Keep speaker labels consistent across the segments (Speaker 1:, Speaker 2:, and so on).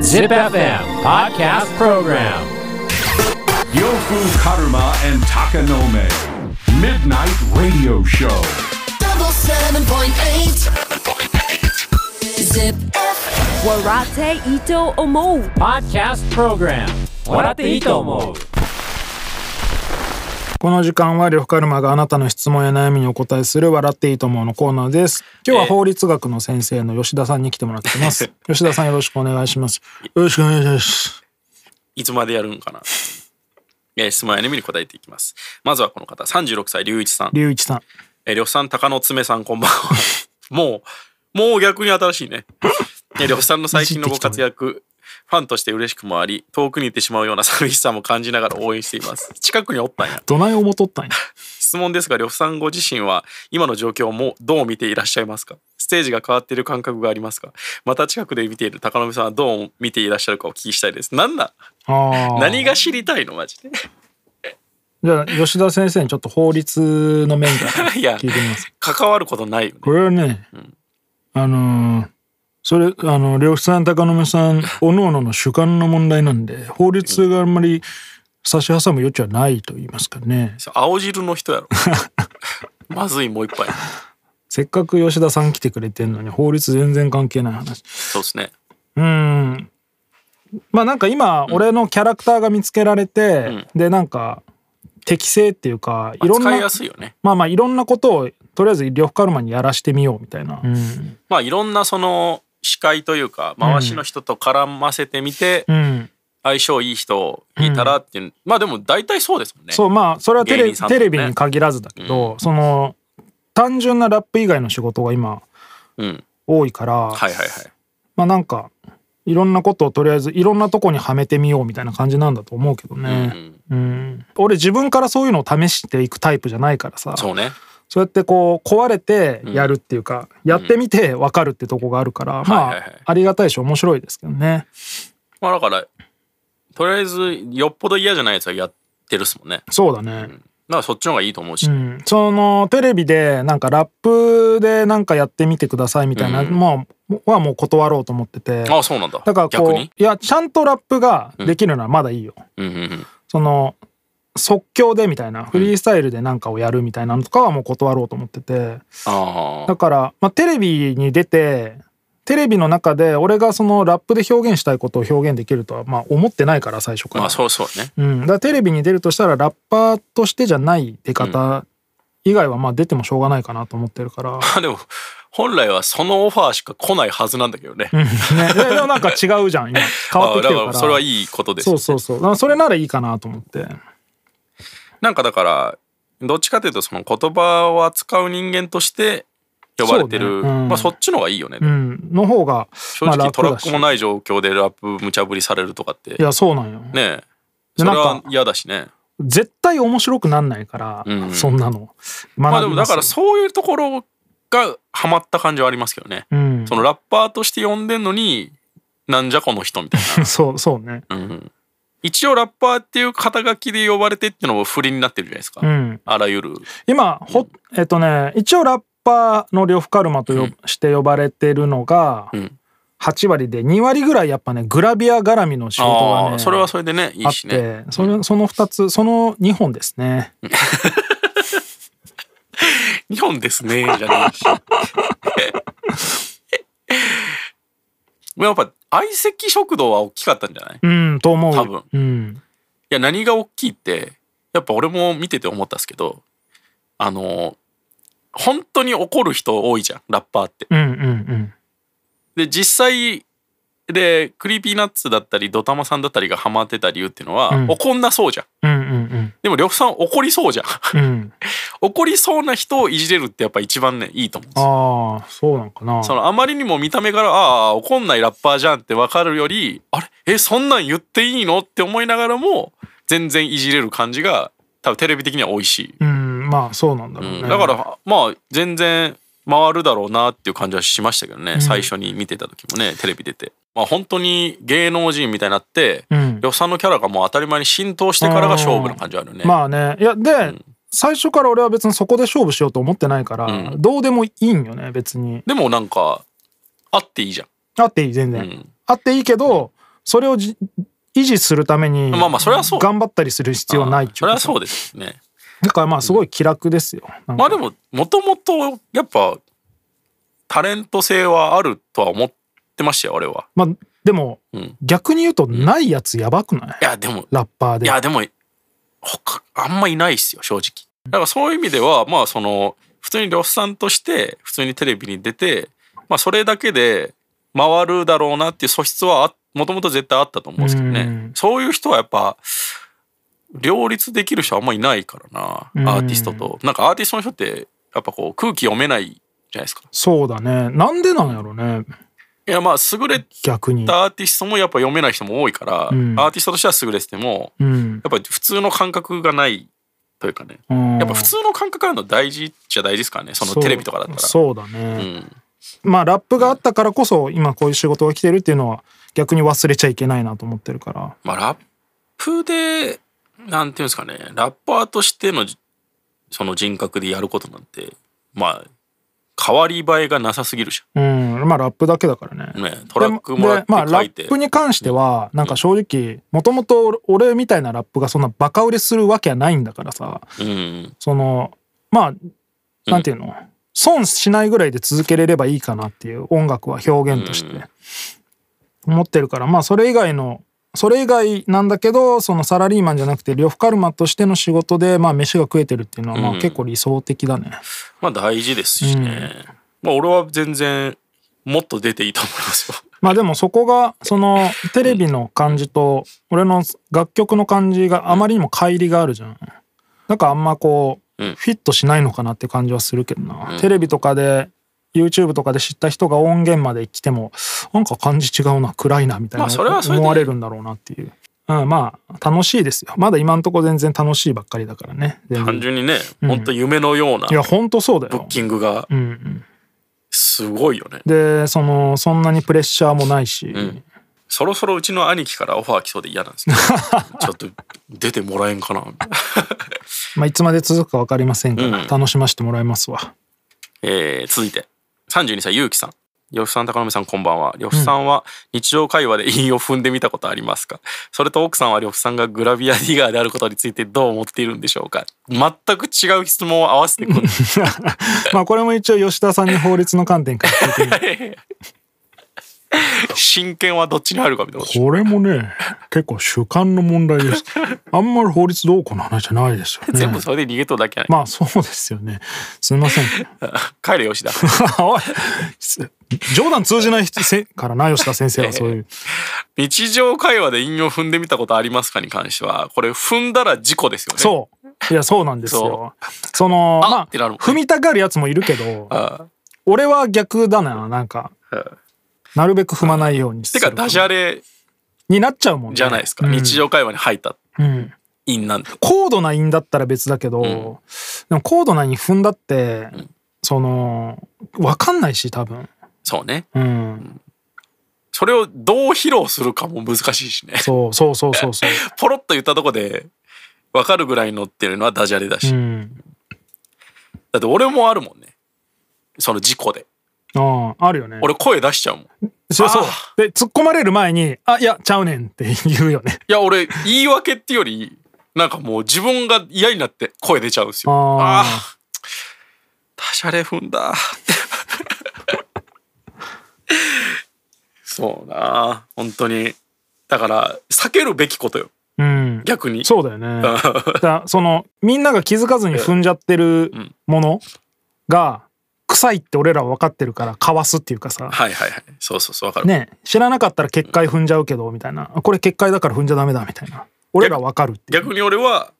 Speaker 1: Zip FM Podcast Program
Speaker 2: Yofu Karuma and Takanome. Midnight Radio Show.
Speaker 3: double seven point eight. Zip.
Speaker 4: Warate Ito Omo.
Speaker 1: Podcast Program 笑っていいと思う
Speaker 5: この時間は呂布カルマがあなたの質問や悩みにお答えする「笑っていいと思う」のコーナーです今日は法律学の先生の吉田さんに来てもらってます 吉田さんよろしくお願いしますよろしくお願いします
Speaker 6: いつまでやるんかな。 えー質問や悩みに答えていきます。まずはこの方、36歳、龍一さん。
Speaker 5: 龍一さん
Speaker 6: えー、呂布さん、鷹の爪さん、こんばんは。 もう、もう逆に新し いね。えー呂布さんの最近のご活躍、ファンとして嬉しくもあり、遠くに行ってしまうような寂しさも感じながら応援しています。近くにおったんや。
Speaker 5: どない思っとったん や
Speaker 6: 質問ですが、呂布さんご自身は今の状況をもうどう見ていらっしゃいますかステージが変わっている感覚がありますかまた近くで見ている鷹の目さんはどう見ていらっしゃるかお聞きしたいです。なんだ
Speaker 5: あー
Speaker 6: 何が知りたいのマジで。
Speaker 5: じゃあ吉田先生にちょっと法律の面から
Speaker 6: いや
Speaker 5: 聞いてみます
Speaker 6: 関わることないよね。
Speaker 5: これはね、あのーそれあの呂布さん高野さんおののの主観の問題なんで法律があんまり差し挟む余地はないと言いますかね
Speaker 6: そう青汁 の人やろまずいもう一杯
Speaker 5: せっかく吉田さん来てくれてんのに法律全然関係ない話。
Speaker 6: そうですね
Speaker 5: うーん。まあなんか今、俺のキャラクターが見つけられて、でなんか適性っていうか、いろん
Speaker 6: 使い
Speaker 5: な
Speaker 6: や、すいよね
Speaker 5: まあまあいろんなことをとりあえず呂布カルマにやらしてみようみたいな。うん。
Speaker 6: まあいろんなその司会というか回しの人と絡ませてみて
Speaker 5: うん。
Speaker 6: 相性いい人いたらっていう、まあでも大体そうですもんね
Speaker 5: そう、まあそれはテレ,、
Speaker 6: 芸人さん
Speaker 5: テ
Speaker 6: とかね
Speaker 5: レビに限らずだけど、その単純なラップ以外の仕事が今
Speaker 6: うん
Speaker 5: 多いから、
Speaker 6: はいはいはい
Speaker 5: まあなんかいろんなことをとりあえずいろんなとこにはめてみようみたいな感じなんだと思うけどね、うん俺自分からそういうのを試していくタイプじゃないからさ
Speaker 6: そうね
Speaker 5: そうやってこう壊れてやるっていうか、やってみて分かるってとこがあるから、まあ、
Speaker 6: はいはいはい
Speaker 5: ありがたいし面白いですけどね
Speaker 6: まあだからとりあえずよっぽど嫌じゃないやつはやってるっすもんね
Speaker 5: そうだね、
Speaker 6: だからそっちの方がいいと思うし、
Speaker 5: うん、そのテレビでなんかラップでなんかやってみてくださいみたいな、もうはもう断ろうと思ってて
Speaker 6: ああそうなんだ
Speaker 5: だからこ
Speaker 6: 逆
Speaker 5: う
Speaker 6: に
Speaker 5: いやちゃんとラップができるならまだいいよ、
Speaker 6: うんうんうん
Speaker 5: その即興でみたいなフリースタイルでなんかをやるみたいなのとかはもう断ろうと思ってて
Speaker 6: ああ
Speaker 5: だから、まあ、テレビに出てテレビの中で俺がそのラップで表現したいことを表現できるとはまあ思ってないから最初から,、
Speaker 6: まあそうそうね
Speaker 5: うん、だからテレビに出るとしたらラッパーとしてじゃない出方以外はまあ出てもしょうがないかなと思ってるから、
Speaker 6: まあでも本来はそのオファーしか来ないはずなんだけどね、
Speaker 5: ね、ででもなんか違うじゃん今変わってきてるか
Speaker 6: ああだ
Speaker 5: ら
Speaker 6: からそれはいいことです
Speaker 5: そ
Speaker 6: よ
Speaker 5: うそうそうだからそれならいいかなと思って
Speaker 6: なんかだからどっちかというとその言葉を扱う人間として呼ばれてる
Speaker 5: そうねうん
Speaker 6: まあ、そっちの方がいいよね、
Speaker 5: うんの方が
Speaker 6: 正
Speaker 5: まあ
Speaker 6: 直、
Speaker 5: 楽
Speaker 6: トラックも
Speaker 5: い
Speaker 6: ない状況でラップ無茶ぶりされるとかって
Speaker 5: い
Speaker 6: ね
Speaker 5: やそうなんよ
Speaker 6: え
Speaker 5: で
Speaker 6: それ
Speaker 5: なん
Speaker 6: は
Speaker 5: か
Speaker 6: 嫌だしね
Speaker 5: 絶対面白くなんないから、
Speaker 6: うん
Speaker 5: そんなの
Speaker 6: まあ
Speaker 5: 学
Speaker 6: で
Speaker 5: び
Speaker 6: も
Speaker 5: ま
Speaker 6: だ
Speaker 5: すよ
Speaker 6: からそういうところがハマった感じはありますけどね、
Speaker 5: うん
Speaker 6: そのラッパーとして呼んでんのになんじゃこの人みたい
Speaker 5: そうそうね
Speaker 6: な、うん一応ラッパーっていう肩書きで呼ばれてってのも不倫になってるじゃないですか、
Speaker 5: うん
Speaker 6: あらゆる
Speaker 5: 今ほえっとね一応ラッパーの呂布カルマとよ、して呼ばれてるのが
Speaker 6: ん
Speaker 5: 8割で2割ぐらいやっぱねグラビア絡みの仕事
Speaker 6: あ
Speaker 5: が
Speaker 6: あ
Speaker 5: ね
Speaker 6: それはそれでねい
Speaker 5: あ
Speaker 6: い
Speaker 5: っ、
Speaker 6: してね
Speaker 5: それその2つその2本ですね
Speaker 6: 日本ですね、じゃないし。 やっぱ相席食堂は大きかったんじゃないい
Speaker 5: うんと思う
Speaker 6: 多分
Speaker 5: うん
Speaker 6: や何が大きいってやっぱ俺も見てて思ったんですけどあの本当に怒る人多いじゃんラッパーって。
Speaker 5: うんうん
Speaker 6: で実際でクリーピーナッツだったりドタマさんだったりがハマってた理由っていうのは、
Speaker 5: うん
Speaker 6: 怒んなそうじゃん。
Speaker 5: うんうんうん
Speaker 6: でも呂布さん怒りそうじゃん。
Speaker 5: うんうん
Speaker 6: 怒りそうな人をいじれるってやっぱ一番ねいいと思うんですよ
Speaker 5: ああそうなんかな
Speaker 6: そのあまりにも見た目からああ怒んないラッパーじゃんって分かるよりあれえそんなん言っていいのって思いながらも全然いじれる感じが多分テレビ的には美味しい、
Speaker 5: うんまあそうなんだろうね、
Speaker 6: うんだからまあ全然回るだろうなっていう感じはしましたけどね、最初に見てた時もねテレビ出てまあ本当に芸能人みたいになって、
Speaker 5: うん
Speaker 6: 呂布さんのキャラがもう当たり前に浸透してからが勝負な感じあるよね、
Speaker 5: まあねいやで、最初から俺は別にそこで勝負しようと思ってないから、どうでもいいんよね別に
Speaker 6: でもなんかあっていいじゃん
Speaker 5: あっていい全然、
Speaker 6: ん
Speaker 5: あっていいけどそれをじ維持するために
Speaker 6: まあまあそれはそう
Speaker 5: 頑張ったりする必要ないっちゅ
Speaker 6: そうれ
Speaker 5: こ
Speaker 6: は
Speaker 5: と
Speaker 6: そうですね。
Speaker 5: だからまあすごい気楽ですよ、なんか
Speaker 6: まあでも、もともと、やっぱ、タレント性はあるとは思ってましたよ、俺は。
Speaker 5: まあでも、
Speaker 6: ん
Speaker 5: 逆に言うとないやつやばくない、
Speaker 6: いや、でも、
Speaker 5: ラッパーで
Speaker 6: いや、でも、他、あんまいないっすよ、正直。だからそういう意味では、まあその、普通に呂布さんとして、普通にテレビに出て、まあそれだけで回るだろうなっていう素質はあ、もともと絶対あったと思うんですけど
Speaker 5: う
Speaker 6: ね
Speaker 5: ん。
Speaker 6: そういう人はやっぱ、両立できる人あんまいないからな、アーティストと。なんかアーティストの人って、やっぱこう空気読めないじゃないですか。
Speaker 5: そうだねなんでなんやろね
Speaker 6: いやまあ優れ
Speaker 5: 逆に
Speaker 6: たアーティストもやっぱ読めない人も多いから、
Speaker 5: ん
Speaker 6: アーティストとしては優れてても
Speaker 5: うん
Speaker 6: やっぱり普通の感覚がないというかね
Speaker 5: うん
Speaker 6: やっぱ普通の感覚あるの大事っちゃ大事ですからねその
Speaker 5: そう
Speaker 6: テレビとかだったら
Speaker 5: そうだ
Speaker 6: う
Speaker 5: ね、
Speaker 6: ん、
Speaker 5: まあラップがあったからこそ今こういう仕事が来てるっていうのは逆に忘れちゃいけないなと思ってるから
Speaker 6: まあラップでなんていうんですかねラッパーとしてのその人格でやることなんてまあ変わり映えがなさすぎるじ
Speaker 5: うんまあラップだけだからね
Speaker 6: ゃんねトラックもらっ
Speaker 5: でまあ
Speaker 6: て書
Speaker 5: ラ
Speaker 6: いて
Speaker 5: ップに関してはなんか正直もともと俺みたいなラップがそんなバカ売れするわけはないんだからさ
Speaker 6: うん
Speaker 5: そのまあなんていうの、損しないぐらいで続けれればいいかなっていう音楽は表現として思ってるからまあそれ以外のそれ以外なんだけどそのサラリーマンじゃなくて呂布カルマとしての仕事でまあ飯が食えてるっていうのはまあ結構理想的だね。
Speaker 6: まあ大事ですしね、まあ俺は全然もっと出ていいと思いますよ
Speaker 5: まあでもそこがそのテレビの感じと俺の楽曲の感じがあまりにも乖離があるじゃん。だからあんまこう
Speaker 6: うん
Speaker 5: フィットしないのかなって感じはするけどな。テレビとかで YouTube とかで知った人が音源まで来てもなんか感じ違うな暗いなみたい
Speaker 6: ま
Speaker 5: な
Speaker 6: あそれはそれで
Speaker 5: 思われるんだろうなっていう。うん、まあ楽しいですよ。まだ今んとこ全然楽しいばっかりだからね。全然
Speaker 6: 単純にね、本当夢のようない
Speaker 5: やほんとそうだ
Speaker 6: ブッ
Speaker 5: よ。
Speaker 6: キングが
Speaker 5: うんうん、
Speaker 6: すごいよね、
Speaker 5: でそのそんなにプレッシャーもないし、
Speaker 6: そろそろうちの兄貴からオファー来そうで嫌なんです けどちょっと出てもらえんかな
Speaker 5: まあ、いつまで続くか分かりませんから、
Speaker 6: うん
Speaker 5: 楽しませてもらいますわ。
Speaker 6: えー続いて32歳ゆうきさん呂布さん高野さんこんばんは呂布さんは日常会話で韻を踏んでみたことありますかそれと奥さんは呂布さんがグラビアディガーであることについてどう思っているんでしょうか全く違う質問を合わせてくる
Speaker 5: まあこれも一応吉田さんに法律の観点から聞いてみる
Speaker 6: 真剣はどっちに入るかみたいなこと
Speaker 5: これもね結構主観の問題ですあんまり法律どうこうの話じゃないですよね
Speaker 6: 全部それで逃げとるだけやね、
Speaker 5: まあそうですよねすみません
Speaker 6: 帰れ吉田
Speaker 5: おいす冗談通じない人せからな吉田先生はそういう
Speaker 6: 日常会話で韻を踏んでみたことありますかに関してはこれ踏んだら事故ですよね
Speaker 5: そういやそうなんですよその
Speaker 6: あ
Speaker 5: まあ
Speaker 6: ってなるもんね
Speaker 5: 踏みたがるやつもいるけど
Speaker 6: あ
Speaker 5: 俺は逆だななんか
Speaker 6: あうん
Speaker 5: なるべく踏まないようにす
Speaker 6: て
Speaker 5: る
Speaker 6: かダジャレ
Speaker 5: になっちゃうもんね
Speaker 6: じゃないですか、
Speaker 5: うん
Speaker 6: 日常会話に入った
Speaker 5: うん
Speaker 6: 韻なんて
Speaker 5: 高度な韻だったら別だけど、でも高度な韻踏んだって、その分かんないし多分
Speaker 6: そうね
Speaker 5: うん
Speaker 6: それをどう披露するかも難しいしね
Speaker 5: そうそうそうそうそう
Speaker 6: ポロッと言ったとこで分かるぐらいのっていうのはダジャレだし、
Speaker 5: うん
Speaker 6: だって俺もあるもんねその事故で
Speaker 5: あああるよね
Speaker 6: 俺声出しちゃうもんい
Speaker 5: そうそう
Speaker 6: あ
Speaker 5: で突っ込まれる前に「あいやちゃうねん」って 言うよね
Speaker 6: や俺言い訳っていうよりなんかもう自分が嫌になって声出ちゃうんですよ
Speaker 5: あ
Speaker 6: あ
Speaker 5: ー
Speaker 6: あダジャレ踏んだ そうなあ本当にだから避けるべきことよ
Speaker 5: うん
Speaker 6: 逆に
Speaker 5: そうだよねだからそのみんなが気づかずに踏んじゃってる
Speaker 6: ん
Speaker 5: ものが臭いって俺らは分かってるからかわすっていうかさ
Speaker 6: はいはいはいそうそうそうわかる、
Speaker 5: ね知らなかったら結界踏んじゃうけどみたいなこれ結界だから踏んじゃダメだみたいな俺らわかるっていう
Speaker 6: 逆に俺は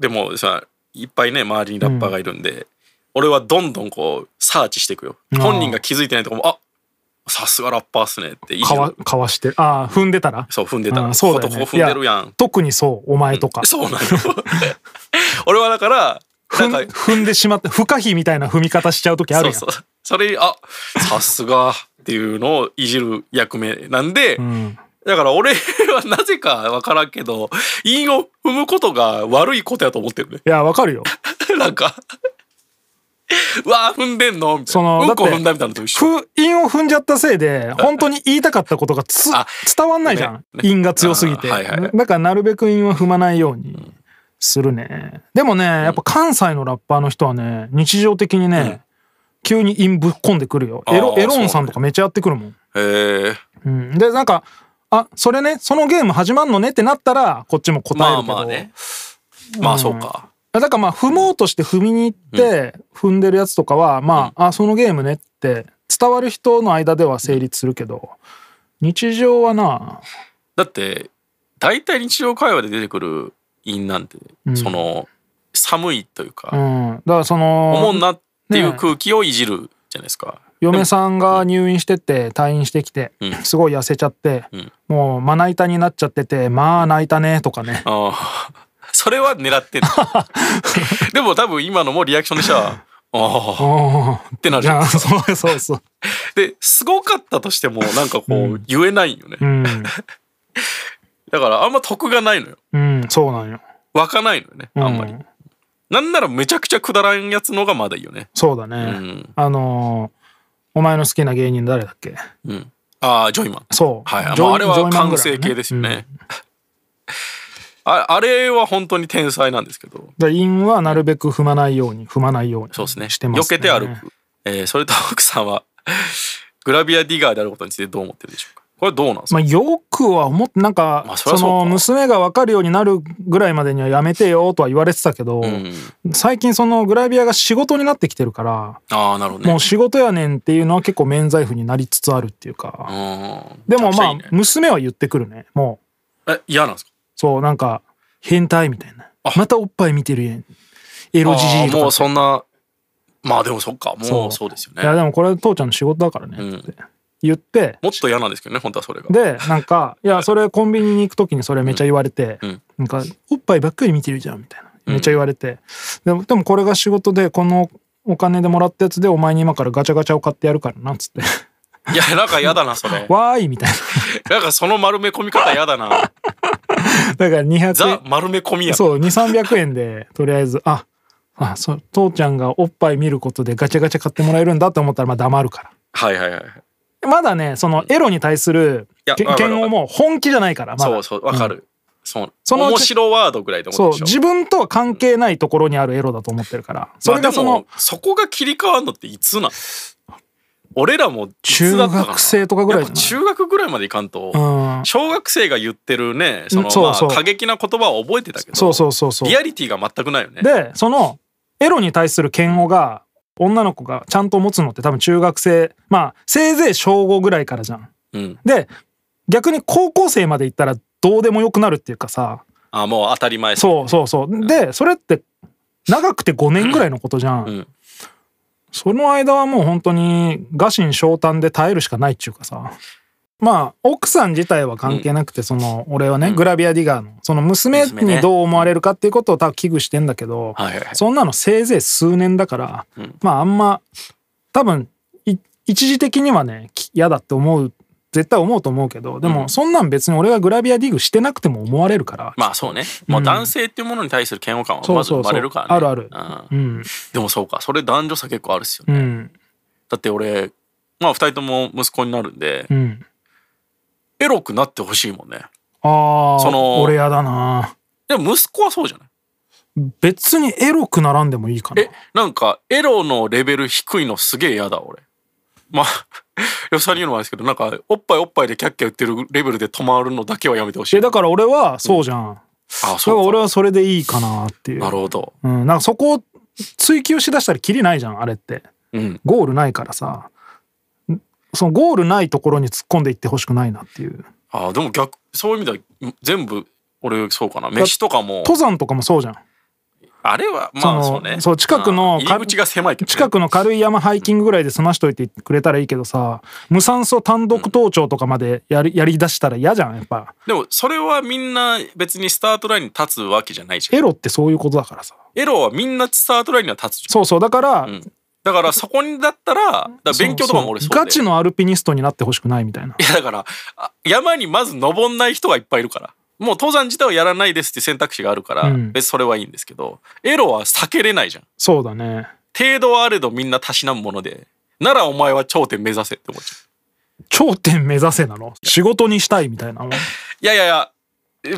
Speaker 6: でもさいっぱいね周りにラッパーがいるんで、俺はどんどんこうサーチしていくよ
Speaker 5: あー
Speaker 6: 本人が気づいてないとこもあさすがラッパーっすねっていいよ
Speaker 5: かわかわしてるああ踏んでたら
Speaker 6: そう踏んでた
Speaker 5: あ
Speaker 6: ら
Speaker 5: ーそうだよ
Speaker 6: こ
Speaker 5: ね
Speaker 6: ここ踏んでるやん
Speaker 5: い特にそうお前とか、
Speaker 6: そうなの 俺はだから
Speaker 5: 踏ん
Speaker 6: なんか
Speaker 5: 踏んでしまって不可避みたいな踏み方しちゃう時あるやん
Speaker 6: そうそうそれあさすがっていうのをいじる役目なんで、
Speaker 5: ん
Speaker 6: だから俺はなぜか分からんけど韻 を踏むことが悪いことやと思ってるね
Speaker 5: いやわかるよ
Speaker 6: なんかうわー踏んでんのみたいな
Speaker 5: その
Speaker 6: う
Speaker 5: だ
Speaker 6: ん
Speaker 5: って
Speaker 6: こ踏んだみたいなのと一緒
Speaker 5: 封印を踏んじゃったせいで本当に言いたかったことがつ
Speaker 6: あ
Speaker 5: 伝わんないじゃん、
Speaker 6: ね
Speaker 5: 韻が強すぎて、
Speaker 6: あはいはいはい
Speaker 5: だからなるべく韻は踏まないようにするねでもねやっぱ関西のラッパーの人はね日常的にね、急に韻ぶっ込んでくるよエロ
Speaker 6: あー
Speaker 5: エロンさんとかめっちゃやってくるもん
Speaker 6: へえ
Speaker 5: うん、でなんか「あそれねそのゲーム始まんのね」ってなったらこっちも答える
Speaker 6: まあ
Speaker 5: けど、
Speaker 6: まあねまあそうか
Speaker 5: だからまあ踏もうとして踏みに行って踏んでるやつとかはまあ,、あそのゲームねって伝わる人の間では成立するけど日常はな
Speaker 6: だって大体日常会話で出てくる因なんて、その寒いという
Speaker 5: う
Speaker 6: か、
Speaker 5: んだからそ
Speaker 6: おもん
Speaker 5: の
Speaker 6: なっていう
Speaker 5: ね
Speaker 6: 空気をいじるじゃないですか、
Speaker 5: 嫁さんが入院してて退院してきて
Speaker 6: ん
Speaker 5: すごい痩せちゃって
Speaker 6: ん
Speaker 5: もうまな板になっちゃっててまあ泣いたねとかね
Speaker 6: ああ それは狙ってんのでも多分今のもリアクションでしたら「ああ」
Speaker 5: おー
Speaker 6: ってなる
Speaker 5: じ
Speaker 6: じゃ
Speaker 5: ゃ
Speaker 6: ん
Speaker 5: あそうそうそう
Speaker 6: ですごかったとしてもなんかこう言えないよね、
Speaker 5: うん、
Speaker 6: だからあんま得がないのよ
Speaker 5: うん、そうなんよ
Speaker 6: 湧かないのよねあんまり、
Speaker 5: うん
Speaker 6: なんならめちゃくちゃくだらんやつのがまだいいよね
Speaker 5: そうだね、
Speaker 6: ん
Speaker 5: あのーお前の好きな芸人誰だっけ
Speaker 6: うんああジョイマン
Speaker 5: そう、
Speaker 6: はい、
Speaker 5: ジョ
Speaker 6: ま
Speaker 5: イ
Speaker 6: あ、あれ
Speaker 5: ジョイマ
Speaker 6: は
Speaker 5: ンぐらいの
Speaker 6: 完成形ですよね。ああれは本当に天才なんですけど、
Speaker 5: だから韻はなるべく踏まないように踏まないように
Speaker 6: そうですね。
Speaker 5: してます、ね、
Speaker 6: 避けて歩く。えーそれと奥さんは、 グラビアディガーであることについてどう思ってるでしょうかこれどうなんですか、
Speaker 5: まあよくは思ってなんか、
Speaker 6: まあそ
Speaker 5: そ
Speaker 6: りゃそう
Speaker 5: の
Speaker 6: か
Speaker 5: 娘が分かるようになるぐらいまでにはやめてよとは言われてたけど、最近そのグラビアが仕事になってきてるから、
Speaker 6: ああ、なるほどね。
Speaker 5: もう仕事やねんっていうのは結構免罪符になりつつあるっていうか、
Speaker 6: うん
Speaker 5: でもまあ
Speaker 6: めちゃくちゃいいね
Speaker 5: 娘は言ってくるねもう
Speaker 6: え、嫌なんですか
Speaker 5: そうなんか変態みたいなまたおっぱい見てるやんエロじじ
Speaker 6: あ
Speaker 5: い
Speaker 6: ー
Speaker 5: とか
Speaker 6: もうそんな、まあでもそっか、もうそうですよ
Speaker 5: いや
Speaker 6: ね。
Speaker 5: でもこれは父ちゃんの仕事だからね
Speaker 6: ん
Speaker 5: って言って、
Speaker 6: もっと嫌なんですけどね、本当はそれが。
Speaker 5: でなんか いやそれコンビニに行く時にそれめちゃ言われて、
Speaker 6: ん
Speaker 5: なんかおっぱいばっかり見てるじゃんみたいなめちゃ言われて、でもでもこれが仕事でこのお金でもらったやつでお前に今からガチャガチャを買ってやるからなっ つって「。
Speaker 6: いや、なんか嫌だな、それ
Speaker 5: わーい」みたい
Speaker 6: なんかその丸め込み方嫌だ な。
Speaker 5: なだから200
Speaker 6: ザ
Speaker 5: 円
Speaker 6: 丸め込みや。
Speaker 5: そう2300円でとりあえずああそう父ちゃんがおっぱい見ることでガチャガチャ買ってもらえるんだと思ったらまあ黙るから。
Speaker 6: はいはいはい。
Speaker 5: まだねそのエロに対する
Speaker 6: いや
Speaker 5: け
Speaker 6: わかる
Speaker 5: 嫌悪も本気じゃないからまだ
Speaker 6: そうそう、わかる。そう。
Speaker 5: そのうち
Speaker 6: 面白ワードぐらいで思
Speaker 5: そう
Speaker 6: ってるでし
Speaker 5: 自
Speaker 6: ょ。
Speaker 5: 分とは関係ないところにあるエロだと思ってるからそれ
Speaker 6: まあ
Speaker 5: が
Speaker 6: で
Speaker 5: そ
Speaker 6: も
Speaker 5: の
Speaker 6: そこが切り替わるのっていつなん俺らもいつ
Speaker 5: 中
Speaker 6: だったかな
Speaker 5: 学生とかぐらい
Speaker 6: や
Speaker 5: じ
Speaker 6: っ
Speaker 5: ゃ
Speaker 6: ぱ
Speaker 5: ない
Speaker 6: 中学ぐらいまでいかんと、
Speaker 5: うん
Speaker 6: 小学生が言ってるね、その
Speaker 5: そうそう
Speaker 6: まあ過激な言葉を覚えてたけど、
Speaker 5: そうそうそうそう
Speaker 6: リアリティが全くないよね。
Speaker 5: でそのエロに対する嫌悪が女の子がちゃんと持つのって多分中学生まあせいぜい小5ぐらいからじゃん
Speaker 6: うん。
Speaker 5: で逆に高校生まで行ったらどうでもよくなるっていうかさ
Speaker 6: あ、もう当たり前。
Speaker 5: そうそうそうでそれって長くて5年ぐらいのことじゃん、
Speaker 6: ん
Speaker 5: その間はもう本当に餓心昇胆で耐えるしかないっちゅうかさまあ奥さん自体は関係なくて、その俺はね、グラビアディガーのその娘
Speaker 6: 娘ね
Speaker 5: にどう思われるかっていうことを多分危惧してんだけど、
Speaker 6: はいはいはい
Speaker 5: そんなのせいぜい数年だから、まああんま多分い一時的にはねき嫌だって思う絶対思うと思うけどでもそんなん別に俺がグラビアディグしてなくても思われるから、
Speaker 6: まあそうね。もう男性っていうものに対する嫌悪感は
Speaker 5: そ
Speaker 6: ま
Speaker 5: う
Speaker 6: ず
Speaker 5: そうそう
Speaker 6: 生まれるからね。
Speaker 5: あるある
Speaker 6: う
Speaker 5: うんん
Speaker 6: でもそうか、それ男女差結構あるっすよね。
Speaker 5: うん
Speaker 6: だって俺、まあ二人とも息子になるんで、
Speaker 5: うん
Speaker 6: エロくなってほしいもんね。
Speaker 5: あ
Speaker 6: そ
Speaker 5: あ
Speaker 6: の
Speaker 5: 俺やだな
Speaker 6: でも息子はそうじゃない
Speaker 5: 別にエロくならんでもいいかな
Speaker 6: えなんかエロのレベル低いのすげえ嫌だ俺まあ よさに言うのもあれですけどなんかおっぱいおっぱいでキャッキャ言ってるレベルで止まるのだけはやめてほしい
Speaker 5: えだから俺はそうじゃん、だ
Speaker 6: あ
Speaker 5: から
Speaker 6: そうか
Speaker 5: 俺はそれでいいかなっていう
Speaker 6: なるほど
Speaker 5: うん、なんかそこを追求しだしたらキリないじゃんあれって
Speaker 6: うん
Speaker 5: ゴールないからさんそのゴールないところに突っ込んでいってほしくないなっていう
Speaker 6: あでも逆そういう意味では全部俺そうかな飯とかも
Speaker 5: 登山とかもそうじゃん
Speaker 6: あれはまあ
Speaker 5: そ
Speaker 6: そ
Speaker 5: の
Speaker 6: うね
Speaker 5: そう近くの
Speaker 6: あ入り口が狭いけどね、
Speaker 5: 近くの軽い山ハイキングぐらいで済ましといてくれたらいいけどさ無酸素単独登頂とかまでやりやりだしたら嫌じゃんやっぱ
Speaker 6: でもそれはみんな別にスタートラインに立つわけじゃないじゃん
Speaker 5: エロってそういうことだからさ
Speaker 6: エロはみんなスタートラインには立つじ
Speaker 5: そうそうだから、
Speaker 6: ゃん、うん、だからそこにだったらだから勉強とかも俺そう
Speaker 5: そ
Speaker 6: で
Speaker 5: うそうガチのアルピニストになってほしくないみたいない
Speaker 6: やだからあ山にまず登んない人がいっぱいいるからもう登山自体はやらないですって選択肢があるから、
Speaker 5: うん
Speaker 6: 別にそれはいいんですけどエロは避けれないじゃん
Speaker 5: そうだね
Speaker 6: 程度はあれどみんなたしなむもので、ならお前は頂点目指せって思っちゃ
Speaker 5: 頂点目指せなの仕事にしたいみたいなの
Speaker 6: う。いやいやいや、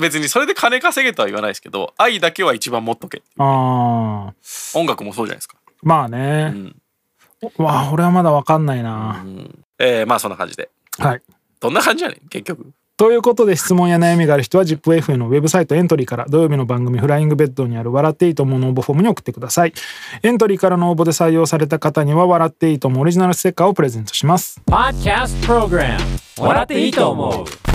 Speaker 6: 別にそれで金稼げとは言わないですけど、愛だけは一番持っとけ。
Speaker 5: ああ
Speaker 6: 音楽もそうじゃないですか。
Speaker 5: まあね、
Speaker 6: ん
Speaker 5: おわあ俺はまだわかんないな、
Speaker 6: えー、まあそんな感じで。
Speaker 5: はい
Speaker 6: どんな感じやねん、結局。
Speaker 5: ということで質問や悩みがある人は ZIPFM のウェブサイトエントリーから土曜日の番組フライングベッドにある笑っていいと思うの応募フォームに送ってくださいエントリーからの応募で採用された方には笑っていいと思うオリジナルステッカーをプレゼントします
Speaker 1: Podcast Program 笑っていいと思う